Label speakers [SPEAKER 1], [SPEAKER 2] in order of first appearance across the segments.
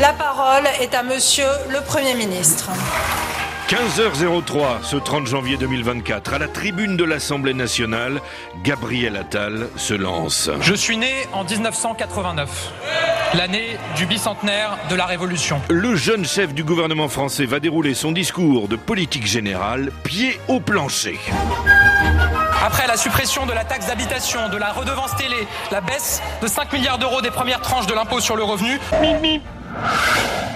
[SPEAKER 1] La parole est à monsieur le Premier ministre.
[SPEAKER 2] 15h03, ce 30 janvier 2024, à la tribune de l'Assemblée nationale, Gabriel Attal se lance.
[SPEAKER 3] Je suis né en 1989, l'année du bicentenaire de la Révolution.
[SPEAKER 2] Le jeune chef du gouvernement français va dérouler son discours de politique générale, pied au plancher.
[SPEAKER 3] Après la suppression de la taxe d'habitation, de la redevance télé, la baisse de 5 milliards d'euros des premières tranches de l'impôt sur le revenu,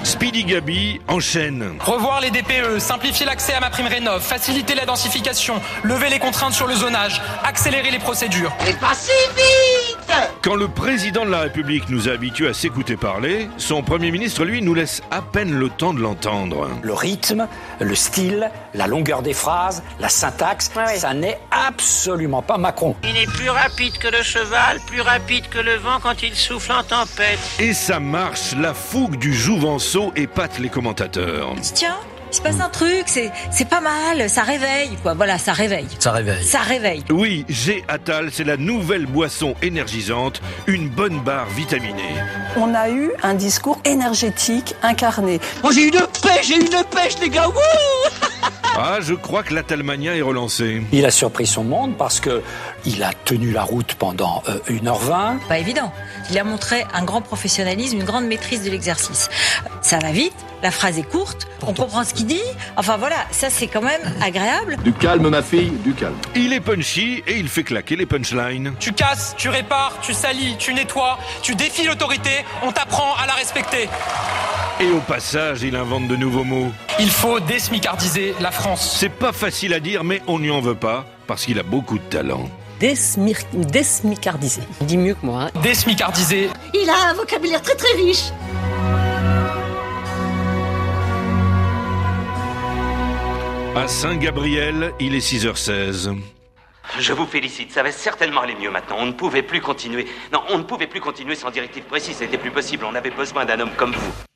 [SPEAKER 2] Speedy Gabi enchaîne.
[SPEAKER 3] revoir les DPE, simplifier l'accès à ma prime rénov, faciliter la densification, lever les contraintes sur le zonage, accélérer les procédures.
[SPEAKER 4] Mais pas si vite
[SPEAKER 2] Quand le président de la République nous a habitués à s'écouter parler, son Premier ministre, lui, nous laisse à peine le temps de l'entendre.
[SPEAKER 5] Le rythme, le style, la longueur des phrases, la syntaxe, ça n'est absolument pas Macron.
[SPEAKER 6] Il est plus rapide que le cheval, plus rapide que le vent quand il souffle en tempête.
[SPEAKER 2] Et ça marche, la fougue du Jouvenceau épate les commentateurs.
[SPEAKER 7] Tiens, il se passe un truc, c'est c'est pas mal, ça réveille, quoi. Voilà, ça réveille.
[SPEAKER 8] Ça réveille.
[SPEAKER 7] Ça réveille.
[SPEAKER 2] Oui, G Attal, c'est la nouvelle boisson énergisante, une bonne barre vitaminée.
[SPEAKER 9] On a eu un discours énergétique incarné.
[SPEAKER 4] Moi j'ai une pêche, j'ai une pêche les gars, wouh
[SPEAKER 2] Ah, je crois que l'Attalmania est relancée.
[SPEAKER 5] Il a surpris son monde parce que il a tenu la route pendant euh, 1h20.
[SPEAKER 7] Pas évident. Il a montré un grand professionnalisme, une grande maîtrise de l'exercice. Ça va vite, la phrase est courte, on comprend ce qu'il dit. Enfin voilà, ça c'est quand même agréable.
[SPEAKER 10] Du calme, ma fille, du calme.
[SPEAKER 2] Il est punchy et il fait claquer les punchlines.
[SPEAKER 3] Tu casses, tu répares, tu salis, tu nettoies, tu défies l'autorité, on t'apprend à la respecter.
[SPEAKER 2] Et au passage, il invente de nouveaux mots.
[SPEAKER 3] Il faut désmicardiser la France.
[SPEAKER 2] C'est pas facile à dire, mais on n'y en veut pas, parce qu'il a beaucoup de talent.
[SPEAKER 9] Desmir- Desmicardisé.
[SPEAKER 11] Il dit mieux que moi. hein.
[SPEAKER 3] Désmicardiser
[SPEAKER 4] Il a un vocabulaire très très riche
[SPEAKER 2] À Saint-Gabriel, il est 6h16.
[SPEAKER 6] Je vous félicite, ça va certainement aller mieux maintenant. On ne pouvait plus continuer. Non, on ne pouvait plus continuer sans directive précise, c'était plus possible. On avait besoin d'un homme comme vous.